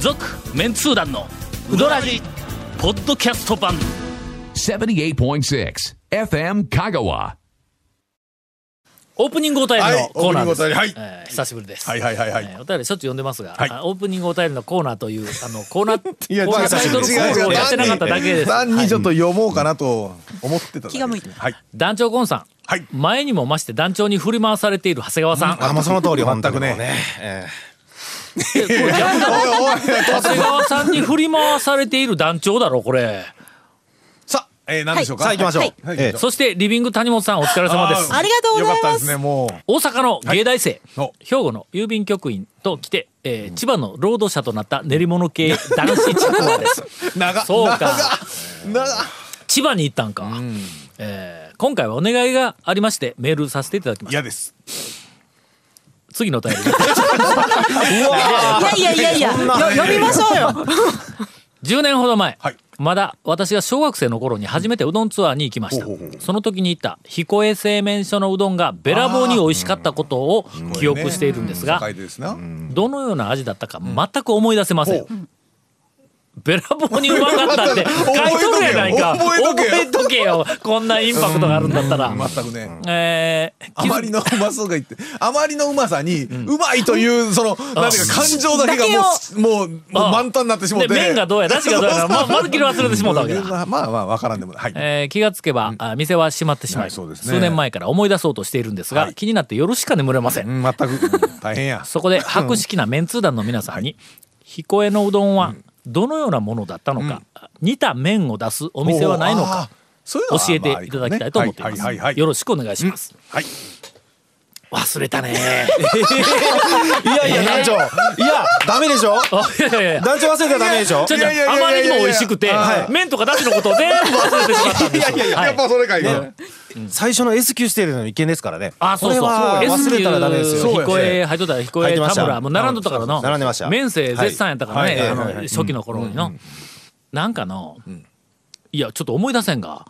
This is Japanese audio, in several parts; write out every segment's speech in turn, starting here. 続メンツー団のウドラジポッドキャスト版78.6 FM Kagawa. オープニングお便りのコーナーです、はいオープニングお便りはいえー久しぶりです、はいはいはいはいえーお便りしょっちゅう読んでますが、はいあオープニングお便りのコーナーというあのコーナー いや、コーナー違うタイトルコールをやってなかっただけです単にちょっと読もうかなと思ってただけです気が向いてはい。団長ゴンさん、はい前にも増して団長に振り回されている長谷川さん、あ、もうその通り、本当全にくもうねね。おい おい長谷川さんに振り回されている団長だろこれさあ、えー、何でしょうか。さあ、行きましょうはい。ええそしてリビング谷本さんお疲れ様ですありがとうございますよかったですね、もう。大阪の芸大生、はいお兵庫の郵便局員と来て、えー千葉の労働者となった練り物系男子チコアです 長っそうか長っ千葉に行ったんか、えー今回はお願いがありましてメールさせていただきました嫌です。次のお便 りいやいやいやいや、よ呼びましょうよ。 10年ほど前、はいまだ私が小学生の頃に初めてうどんツアーに行きました、ほうほうほその時に行った彦江製麺所のうどんがべらぼうに美味しかったことを記憶しているんですが、書いてですな。どのような味だったか全く思い出せません、べらぼうにうまかったって 書いとるやないか覚覚ええとけよこんなインパクトがあるんだったら、全くね。えーあまりのうまそうが言って、あまりのうまさに、うまいという、その、なんていうか、感情だけがもう、もう、もうああ満タンになってしもうでて。麺がどう やだしがどうやら、ま、まるっきり忘れてしもうたわけだまあまあ、わからんでもない。はい。えー気がつけば、あ店は閉まってしまい、はいそうですね数年前から思い出そうとしているんですが、気になって夜しか眠れません、うん全く、うん大変や。そこで博識なメンツー団の皆さんに、彦江のうどんはどのようなものだったのか、煮た麺を出す お店はないのおー。あかーそういうの教はえていただきたいと思っていままあありかもねはいはいはいはすいよろしくお願いします、はい。忘れた ねいやいや、団長。いや、ダメでしょいやいやいや団長忘れたらダメでしょちょいやいやいやいやあまりにも美味しくて、はい麺とかだしのことを全部忘れてしまったんですよはいやっぱそれかいな。最初の S 級指定での一見ですからね。あ、そうそう。これは忘れたらダメですよ。そうや彦江、入っとったら彦入江、ってま田した村、もう並んどったからの。並んでました面生絶賛やったからね、はいあのはいはい初期の頃にの。なんかの、いや、ちょっと思い出せんが、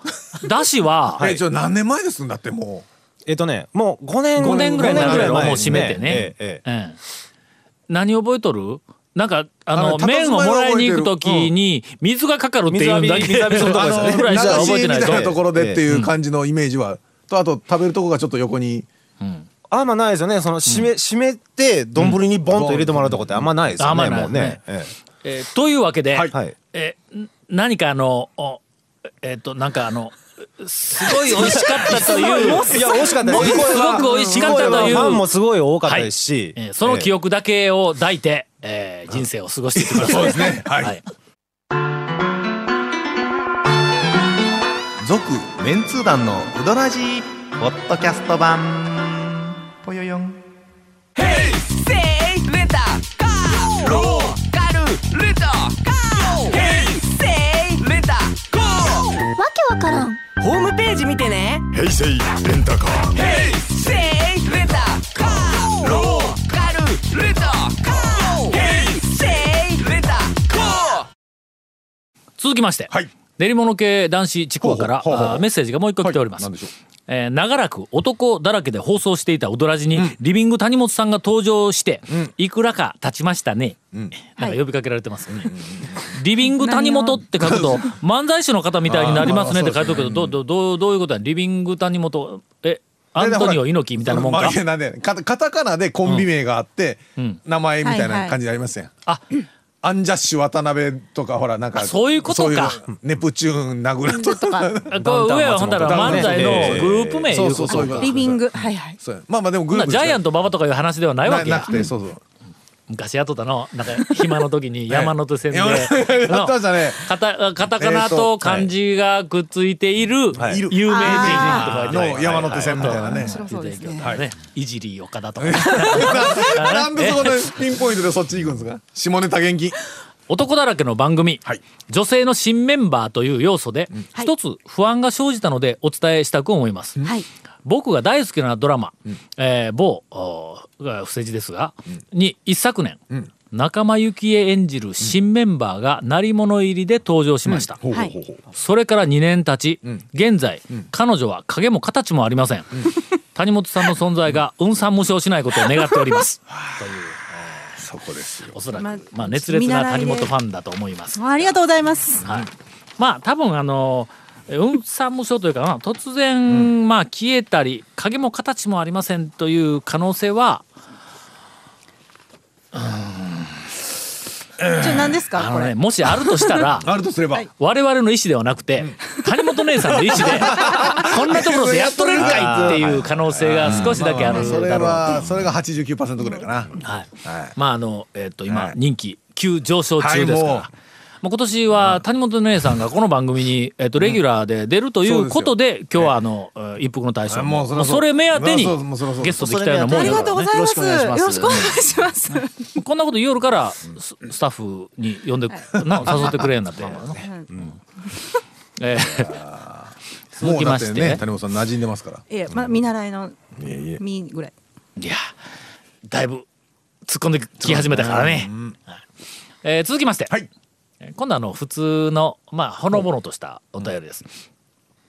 だしは、え、ちょ、何年前ですんだって、もえっとね、もう5年5年ぐらい五前ぐらい前はにもう閉めてね。ええうええん何覚えとるなんか、あの、あの麺をもらいに行くときに、水がかかるっていうんだけ水浴び水浴びするとこですよね あのぐう。らいしか流し覚えみてなたいいぞなところでっていう感じのイメージは。と、あと、食べるとこがちょっと横に。あんまないですよね。その、閉め、閉めて、丼にボンと入れてもらうとこってあんまないですよね。あんまないもうね。ええーというわけで、えはい。えーん何かあのおえーっとなんかあのすごい美味しかったといういや、美味しかったです。ものすごく美味しかったというファンもすごい多かったですし。えーその記憶だけを抱いて、えー人生を過ごしていってください。そうですね。は。はいい、続メンツー団のウドラジーポッドキャスト版ぽよよんホームページ見てね平成レンタカー平成レンタカーローカルレンタカー平成レンタカー続きまして、はい練り物系男子地区からほうほうほうほうあーメッセージがもう一個来ております。何でしょう。えー長らく男だらけで放送していた「オドラジに」リビング谷本さんが登場して、いくらか経ちましたね、なんか呼びかけられてますよね、リビング谷本って書くと漫才師の方みたいになりますねって書いておくけど、どうどうどうどういうことやリビング谷本えアントニオ猪木みたいなもんまかあいやなんでやねんカタカタカナでコンビ名があって、名前みたいな感じでありますやん、あアンジャッシュ渡辺とかほらなんかあそういうことかそういうネプチューン名倉とかこう上はほんだら漫才のグループ名いそううこそうとそういうことリビング、はいはい。そうやまあまあでもグルなープジャイアント馬場とかいう話ではないわなけやなくてそうそう昔やっとったのなんか暇の時 に山手線で、山手やってましたねカタカタカナと漢字がくっついているい有名人とかねの山手線みたいなね、白そうですね。ねいじり岡田とかななんでそこでピンポイントでそっち行くんですか下ネタ現金男だらけの番組、はい女性の新メンバーという要素ではい一つ不安が生じたのでお伝えしたく思います、はい。僕が大好きなドラマ「えー某おー不正字ですが」に一昨年、仲間由紀恵演じる新メンバーが鳴り物入りで登場しました、ほうほはうほういほうそれから2年経ち、現在、彼女は影も形もありません、谷本さんの存在がうんさん無償しないことを願っておりますというえーそこですよ おそらく、ままあ、熱烈な谷本ファンだと思います。ありがとうございます。はい、まあ多分あの運算無償というか、まあ、突然、まあ、消えたり影も形もありませんという可能性はちょ、何ですあかこの、ね、れ。も しあるとしたらあるとすれば、我々の意思ではなくて、谷本姉さんの意思でこんなところでやっとれるかいっていう可能性が少しだけあるそれだろうはそれが89%ぐらいかなはいはいまああの、えっと今、はい人気急上昇中ですから、はいもうまあ、今年は谷本姉さんがこの番組に、えっとレギュラーで出るということで,、今日はあの、えー一服の大将あもうそりゃそうれ目当てにまあそうもうそりゃそうゲストで来たようなもあんりだがかとうごら、ね、ざいます。よろしくお願いしますよろしくお願いします。こんなこと言おるからススタッフに呼んで、な誘ってくれん なって。うんえー続もうきだまってして、ね谷本さん馴染んでますからいや、まあ、見習いの、いえいえみぐらい。いやだいぶ突っ込んでき始めたからね、はいえー続きまして、はいえー今度はあの普通のまあほのぼのとしたお便りです、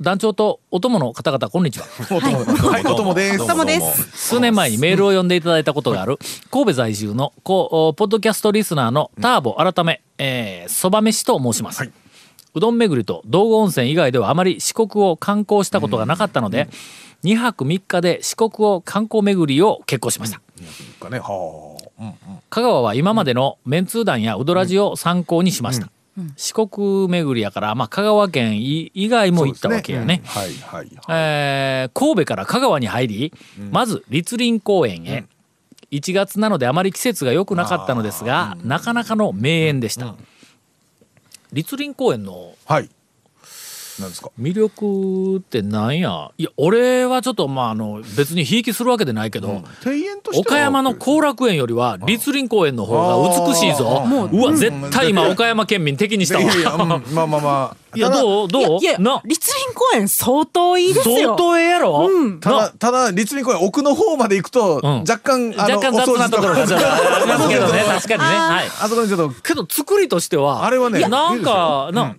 団長とお供の方々こん にちはお供はいお供ですお供です。数年前にメールを読んでいただいたことがある神戸在住のこうポッドキャストリスナーのターボ改めえーそば、飯と申します、うどん巡りと道後温泉以外ではあまり四国を観光したことがなかったので、2泊3日で四国を観光巡りを決行しました、かねはあ香川は今までのメンツー団やウドラジを参考にしました、四国巡りやから、まあ、香川県い以外も行ったわけやねそうですはいはいはいえー神戸から香川に入り、まず栗林公園へ、1月なのであまり季節が良くなかったのですが、なかなかの名園でした、栗林公園のはいなんですか魅力ってなんやいや俺はちょっとまああの別にひいきするわけでないけど、庭園としては岡山の後楽園よりは栗林公園の方が美しいぞあーうわうん絶対今岡山県民敵にしたわいやいや、うん、まあまあまあいやどうどういや、いやな立林公園相当いいですよ。相当ええやろ、ただただ立民公園奥の方まで行くと、ん若干あの若干雑なところがお掃ちょっと除ありますけどね確かにねはいあそこにちょっとけど作りとしてはあれはねなんかな、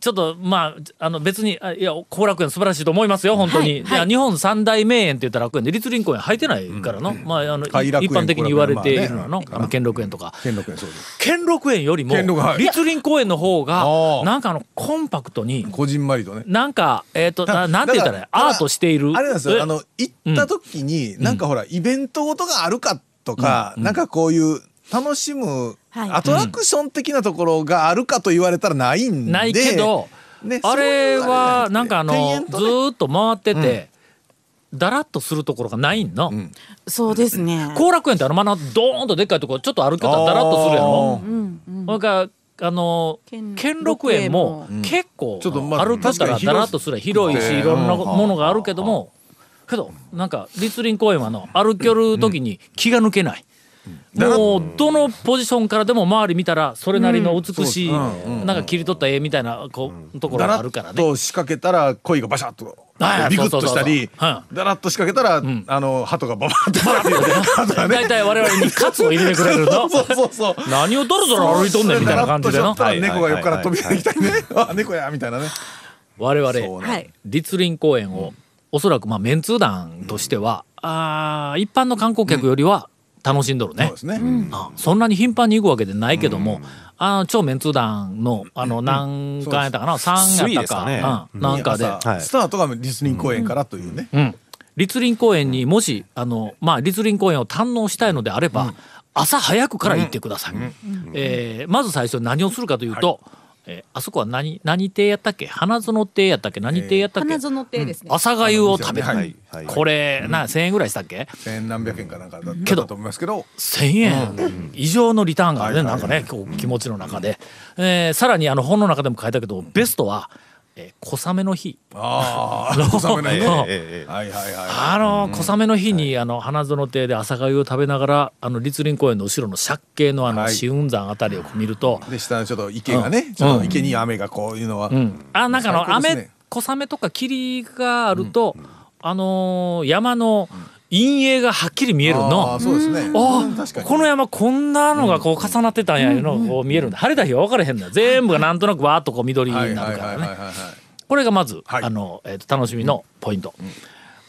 ちょっとまああの別にあいや後楽園素晴らしいと思いますよ本当に、いや日本三大名園って言ったら楽園で立林公園入ってないからの、まああのい偕楽園一般的に言われている後楽園まあのねのあの兼六園とか兼六園そうです兼六園よりも兼六園はい立林公園の方があーなんかあのコンパクトにこじんまりとねなんかえっ、と ななんて言ったらいいだからアートしているあれなんですよえあの行った時に、なんかほらイベントごとがあるかとか、なんかこういう楽しむはいアトラクション的なところがあるかと言われたらないんで、ないけど、ねあれはなんかあの、そういうれじゃなずくて庭園とねーっと回ってて、だらっとするところがないんの。そうですね。後楽園ってあのまだドーンとでっかいところちょっと歩き方だらっとするやろ。うん、うん。なんかあの兼兼六園もう結構ちょっとまあ歩き方確からに広いだらっとする広いしうんいろんなものがあるけどもけどなんか立林公園はあの歩き寄る時に気が抜けない。もうどのポジションからでも周り見たらそれなりの美しいなんか切り取った絵みたいなこうところだがらあるっからね。と仕掛けたら鯉がバシャッとはいビクッとしたそうそうそりうそうだらっと仕掛けたら、あの鳩がババッとバラって 大体我々にカツを入れてくれるの そうそうそう何をドロドロ歩いとんねんみたいな感じでだらのっとしちゃったら猫が横から飛び出てきたりねあ猫やみたいなね我そう々なはい。立林公園をおそらくまあメンツー団としては、あー一般の観光客よりは楽しんどるそうねで、すね、あそんなに頻繁に行くわけでないけども、あー超メンツー団のあの何回やったかな、三3やったかスリーですかねうんなんかで。朝スタートがリスニング公園からというね、うん、立林公園にもし、あのまあ、立林公園を堪能したいのであれば、朝早くから行ってください、えーまず最初に何をするかというと、えーあそこは何何亭やったっけ花園亭やったっけ何亭やったっけ、花園亭ですね。朝粥を食べる、はいはいはいこれ、な1,000円ぐらいしたっけ千何百円かなんかだっけたどと思いますけど1,000円以上のリターンがあるね、はいはいなんかねこう気持ちの中で、えーさらにあの本の中でも書いたけどベストは、えー小雨の日。あ あ小雨の日ねうんえええはいはいはあの小雨の日に、あの花園亭で朝粥を食べながらあの立林公園の後ろの借景のあのはい紫雲山あたりをこう見ると、いで下のちょっと池がね、ちょっと池に雨がこういうのは、うんあなんかあ最の高です雨、ね小雨とか霧があると、あのー山の陰影がはっきり見えるの。あーそうですねあうん確かにこの山こんなのがこう重なってたんやいうのがこう見えるんだ晴れた日は分からへんのよ全部がなんとなくわーっとこう緑になはいるはかいはらいねはいはいこれがまず、はいあの、えーと楽しみのポイント。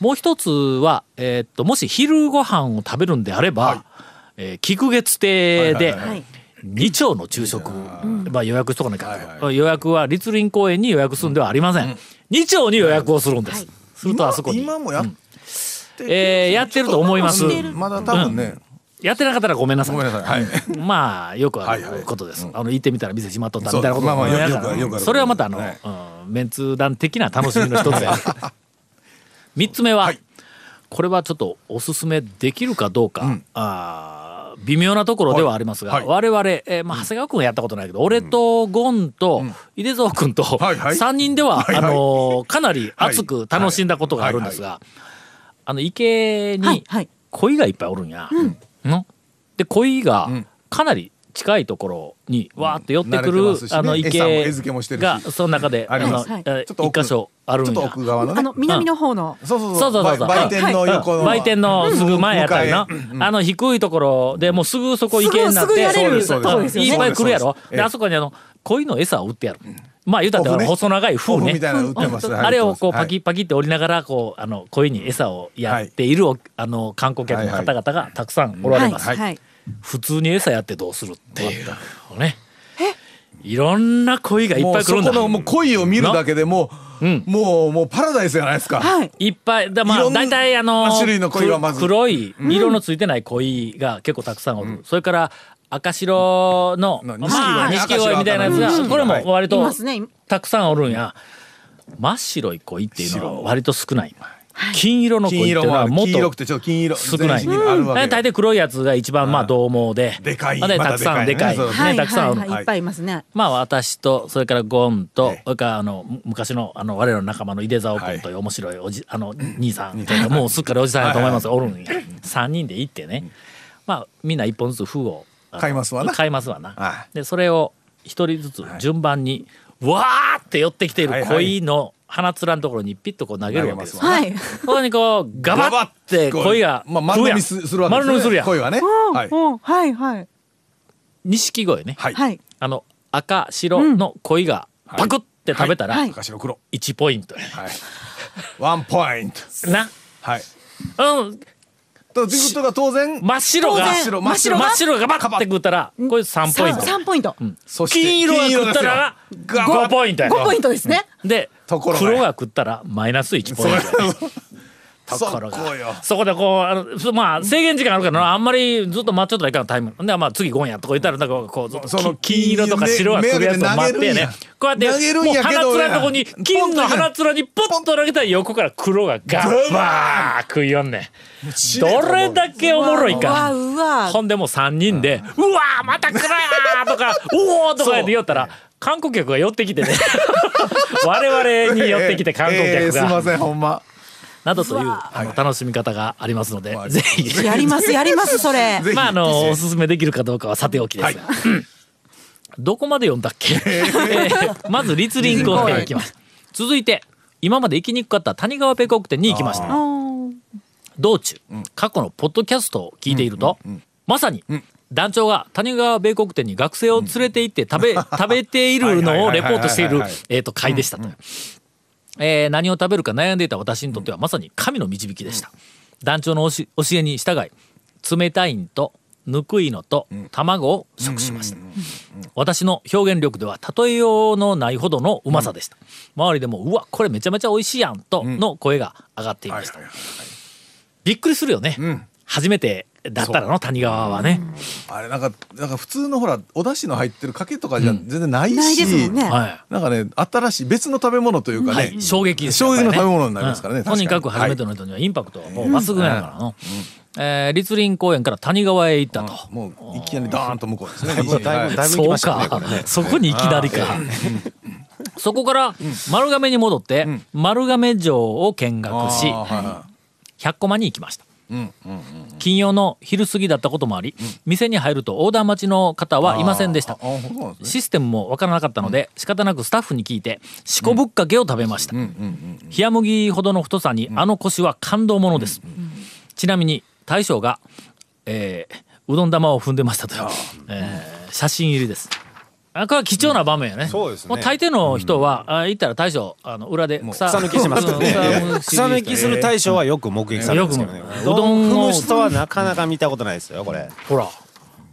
もう一つは、えーっともし昼ご飯を食べるんであれば、えー菊月亭ではいはい2丁の昼食、まあ予約しとかなきゃ、予約は立林公園に予約するんではありません、2丁に予約をするんです、はいするとあそこに今今もやってえーやってると思いますしてるまだ多分ね、やってなかったらごめんなさいごめんなさい。 はい。 まあよくあるはいはいことです、あの行ってみたら店閉まっとったみたいなことそうまあまあだからよくあるよくあるそれはまたあの、はいうんメンツ団的な楽しみの一つ や3つ目は、はいこれはちょっとおすすめできるかどうか、あー微妙なところではありますが、はい我々、えーまあ、長谷川君はやったことないけど、俺とゴンと井出蔵君とはいはい3人では、はいはいあのーかなり熱く楽しんだことがあるんですが、あの池に、はいはい鯉がいっぱいおるんや。ので鯉がんかなり近いところにわーって寄ってくうん慣れるてますしねあの餌も餌池付けもしてるしがその中でありますあのはいえちょっと奥一箇所あるちんょっとや。奥側のね。あの南の方のそうそうそうそうそうそう売売店の横の。売店のすぐ前あたりの向かいうんあの低いところでもうすぐそこ行けになっすぐすぐてやそるれうですとこそうでですすよねいっぱい来るやろそうですそうですであそこにあの鯉の餌を売ってやるまあ言うたってあオのフね細長い風豆ね腐みたいなの売ってますねあれをこうはいパキパキって折りながらこうあの鯉に餌をやっているおあの観光客の方々がたくさんおられますはいはい普通に餌やってどうするっていうねいろんな鯉がいっもぱうい来そるんこだのもう鯉を見るだけでもう、うんもうもうパラダイスじゃないですか。はいいっぱいだまいろあんな大体あの種類の鯉はまずく黒い色のついてない鯉が結構たくさんおる、それから赤白の、うんまあ錦錦鯉鯉みたいなやつが、うんこれも割いとますね今たくさんおるんや真っ白い鯉っていうのは割と少ない、金色の金鯉っていう色のもあはる。もっ黄色とくてちょっと金色。少ない。全身にあるわけ大よ体黒いやつが一番まあ獰猛で。でかいで、またたくさんででかかいい。ねね、たくさんおるはいはいはいいっぱいいますねまあ私とそれからゴンとええそれからあのむ昔のあの我らの仲間の井出沢君という面白いおじあ の兄さんというかもうすっかりおじさんやと思いますがおるんや3人で行ってねまあみんな一本ずつ封をあの買いますわな買いますわなはでそれを一人ずつ順番にわーって寄ってきているはいは鯉の鼻面のところにピッとこう投げるわけです投げますよわはいそこにこうガバッて鯉がまあ、丸飲みすするわけ丸飲みするやん鯉はね。はい。おはいはい錦鯉ねはい。はいあの赤白の鯉がパクって食べたらはい赤白黒。 1ポイントやはい。ワンポイント。なはい。うんということが当然、真っ白が当真然っ白真っ白真っ白がバッて食ったらこれ3ポイント三ポイントそして金色が食ったらですよ5ポイントや五ポイントですねでところが黒が食ったらマイナス1ポイントや そうところそうよがそこでこうあのそまあ制限時間あるからなあんまりずっと待っちゃったらいかんタイムでまあ次ゴンやとか言ったらなんかこうずっとそのき金色とか白が来るやつを待って目ね開けてこうやって投げるんもうやけ鼻ど面のとこに金の鼻面にポッと投げたら横から黒がガッバー食いよんねんどれだけおもろいかうわうわほんでもう3人で「うわーまた来るや!」 とか「おお!」とか言って言おったら観光客が寄ってきてね 我々に寄ってきて観光えーえ客ーすいまがせん、ほんま。などというあの楽しみ方がありますのではいぜひやりますやりますそれぜひまああのおすすめできるかどうかはさておきですが、うんどこまで読んだっけ、えー まず立林公園行きました続いて今まで行きにくかった谷川ペコク店に行きましたおー道中、過去のポッドキャストを聞いていると、まさに、団長が谷川米国店に学生を連れて行って食べ、食べているのをレポートしていはいるはいはいはいはい、えっ、と、会でしたと。えー何を食べるか悩んでいた私にとってはまさに神の導きでした。団長のおし教えに従い、冷たいんと、ぬくいのと、卵を食しました。私の表現力では例えようのないほどのうまさでした。周りでも、うわ、これめちゃめちゃ美味しいやんと、の声が上がっていました。びっくりするよね、初めてだったらの谷川はね、あれなんかなんか普通のほらお出汁の入ってるかけとかじゃ全然ないし、ないですもんねはなんかね新しい別の食べ物というかね、はい、衝撃です衝撃のやっぱり食べ物になりますからねうん確とかににかく初めての人にはインパクトはもう抜群やからの、えー、立林公園から谷川へ行ったと、もういきなりダーンと向こうですねいぶだいぶだいそぶ行きうましたねかこれね。 そこにいきなりか。 そこから丸亀に戻って丸亀城を見学しあーはいは百駒に行きました。金曜の昼過ぎだったこともあり、店に入るとオーダー待ちの方はいませんでしたあーそうなんですねシステムもわからなかったので、仕方なくスタッフに聞いてしこぶっかけを食べました冷麦ほどの太さにあの腰は感動ものです、ちなみに大将が、えーうどん玉を踏んでましたという、えー写真入りですあこれは貴重な場面やね。そうですねもう大抵の人は、あ行ったら大将、あの、裏で草草抜きしますからねうん 草抜きする大将はよく目撃されますけどねよくうどん踏む人はなかなか見たことないですよこれほら、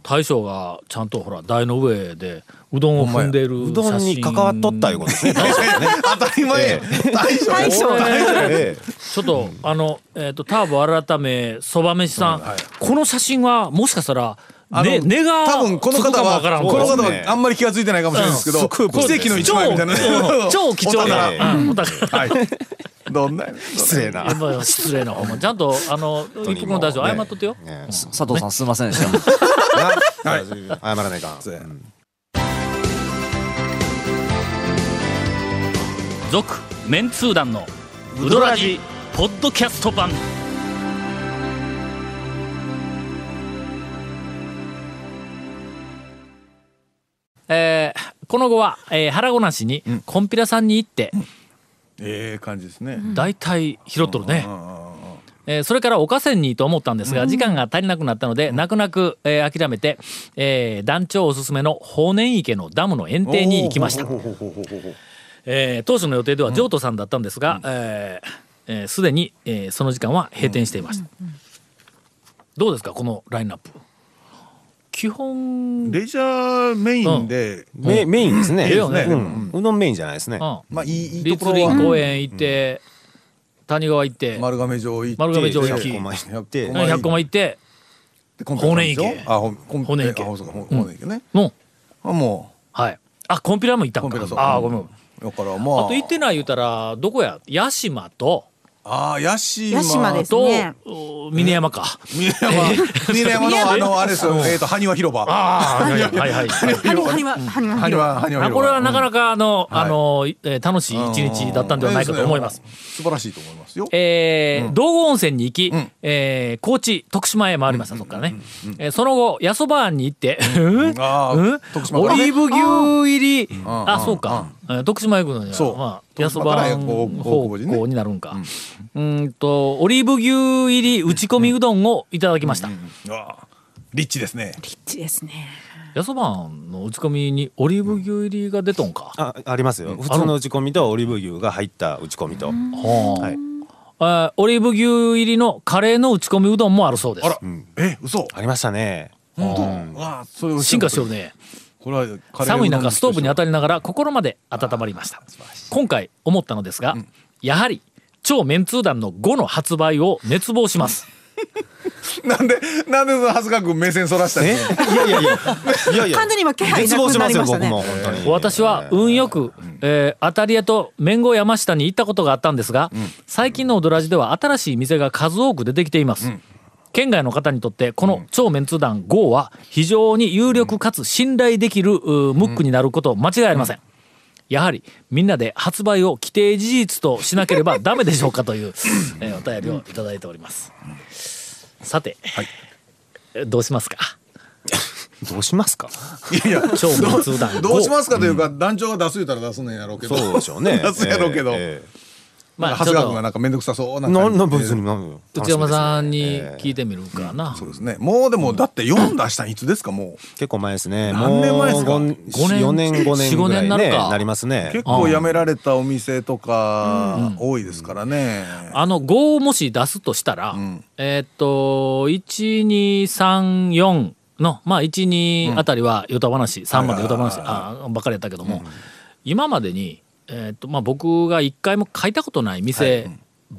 大将がちゃんとほら、台の上で、うどんを踏んでる写真。うどんに関わっとったいうことですね大将ね当たり前や大将大将がええちょっと、あの、えっと、ターボ改め、そば飯さん、この写真は、もしかしたら、あのね、根が、多分このつく方かもはわからんこのそう方ですねはあんまり気が付いてないかもしれないですけど、奇跡の一枚みたいな 超超貴重お宝な、うんお宝はいどんな 失礼なやっぱ 失礼なほんまちゃんとあの一服の大将謝っとってよ、佐藤さんすいませんでした。はい謝らないかん続メンツー団のウドラジポッドキャスト版えーこの後は、えー腹ごなしに、コンピラさんに行ってええ感じですね、大体拾っとるね、えーそれからおかせんにと思ったんですが、時間が足りなくなったので、泣く泣く、えー諦めて、えー団長おすすめの法然池のダムの園庭に行きました。えー当初の予定では譲渡さんだったんですが、えーえーすでに、えーその時間は閉店していました。どうですかこのラインナップ。基本、うん、レジャーメインで、メメインですねいいですねうんうどんメインじゃないですねまあいいいいと立ころ林は公園行って、谷川行って、丸亀城行って丸亀城行100き個前行って100個うん100コマ行って、骨行池あほんコン骨池あそうかほん骨池ね、もう、あもはい。あ、コンピラも行ったんコンピラそか。うあー、ごめん。うだからまああと行ってない言うたら、どこや八島と、ああ屋島屋島ですとね、お峰山か。峰山峰山のあのあれですよえっと埴輪広場ああ、はいはいはい。ハニハニはハニは埴輪埴輪広場あこれはなかなか、あの、いあの、えー楽しい一日だったんではないかと思いますう。ん素晴らしいと思いますよえー道後温泉に行き、んえー高知、徳島へ回りました、そこからね。えーその後、八十ばに行って、 うんあー徳島オからねリーブ牛入り、んあ、そうか、えー徳島行くのには、そうまあ、八徳十島からばこ方う向こうこうこうになるんか。うんんと、オリーブ牛入り打ち込みうどんをいただきました。ああリッチですねリッチですね八十ばの打ち込みにオリーブ牛入りが出とんか。あありますよ普通の打ち込みとオリーブ牛が入った打ち込みとはあはいあーオリーブ牛入りのカレーの打ち込みうどんもあるそうです。あらえ嘘ありましたね本当わあそれ進化しててるね。これはカレー寒い中、ストーブに当たたりながら心まで温まりました。今回思ったのですが、やはり、超メンツー団の5の発売を熱望します。なんでなんでその恥ずかく目線そらしたんえでいすかやいやいやいやいや完全に今気配な絶望くしなまりすよました僕ねも本当に私は運よく、えー、アタリアと麺後山下に行ったことがあったんですが、最近のオドラジでは新しい店が数多く出てきています。県外の方にとってこの超メンツ団5は非常に有力かつ信頼できるうームックになること間違いありません。やはりみんなで発売を規定事実としなければ ダメでしょうかという、えーお便りをいただいております。さて、えーどうしますかどうしますかいやいや超メンツ団5。どうしますかというか団長が出す言うたら出すねんやろうけどそうでしょうね出すやろうけどえええまあ長谷川君がなんか面倒くさそうなえな感じな別になん内楽しみですね山さんに聞いてみるかな。そうですねもうでもだって4出したんいつですかもう結構前ですね何年前ですかもう五年4年5年四五ぐら年いになねるかなりますね結構やめられたお店とか多いですからね、あの5をもし出すとしたら、えーっと1234のまあ12あたりはヨタ話、3までヨタ話あばっかりやったけども、今までに、えーっとまあ、僕が1回も書いたことない店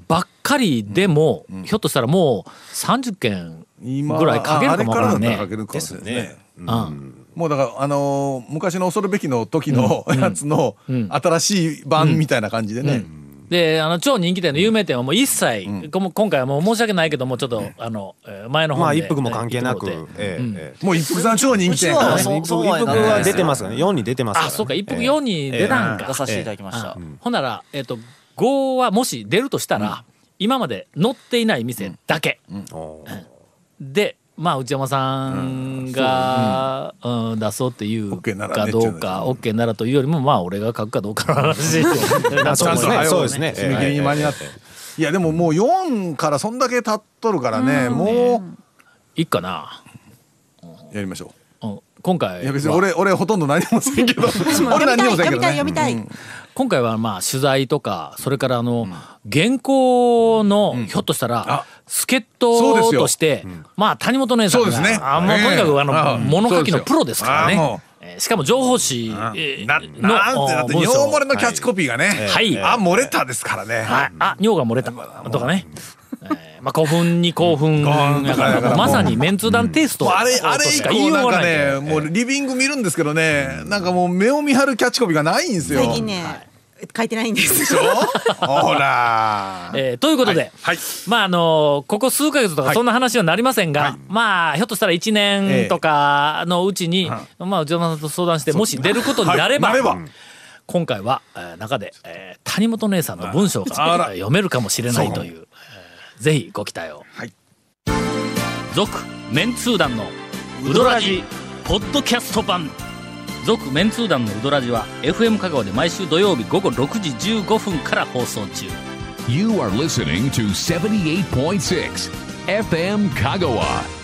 ばっかりでも、ひょっとしたらもう30件今ぐらい書けるかもわからんああれからだっねたら。書けるかもしれないですねうんもうだからあのー昔の恐るべきの時のやつのん新しい版みたいな感じでね、であの超人気店の有名店はもう一切、こも今回はもう申し訳ないけどもちょっと、あのえー前のま方あで、一服も関係なくえー言ってもろてええええもう一服さん超人気店やからうねちはそうそう一は服は出てますからね4に出てますからあそうか一服ええ4に出たんか、出させていただきました。うんほんなら、えっと5はもし出るとしたら、今まで乗っていない店だけ、うんでまあ内山さんが、うん出そうっていうオッケーなからねどうか OK ならというよりもまあ俺が書くかどうかの話 だとそう思ですねうそうですね締め切りに間に合って、いやでももう4からそんだけ経っとるからね、もいいかな、うやりましょうん今回いや別には俺、俺ほとんど何もせんけど。俺何にもせんけどね読みたい読。みたい読みたい。今回はまあ取材とかそれからあの原稿のひょっとしたら助っそうで人すよとしてまあ谷本姉さんそうですねがあもうええとにかくああのあ物書きのプロですからそうですよああもねえーしかも情報誌えーなのなんてだって文尿章漏れのキャッチコピーがね「はいあ漏れた」ですからねはいあ尿が漏れたとかねえーまあ興奮に興奮うんだからもうまさにメンツ団テイストもうあれとあれし以か言い降ようんがなかないねえもうリビング見るんですけどねなんかもう目を見張るキャッチコピーがないんですよ最近ね、書いてないんですでしょ。ほらーということではいまああのここ数ヶ月とかはいそんな話はなりませんが、まあひょっとしたら1年とかのうちに、まあ内山さんと相談してもし出ることになれば,、はいなれば今回は、えー中で、えー谷本姉さんの文章があら読めるかもしれないというえーぜひご期待をはい続、メンツー団のウドラジポッドキャスト版続メンツー団のウドラジは FM 香川で毎週土曜日午後6時15分から放送中 You are listening to 78.6 FM Kagawa.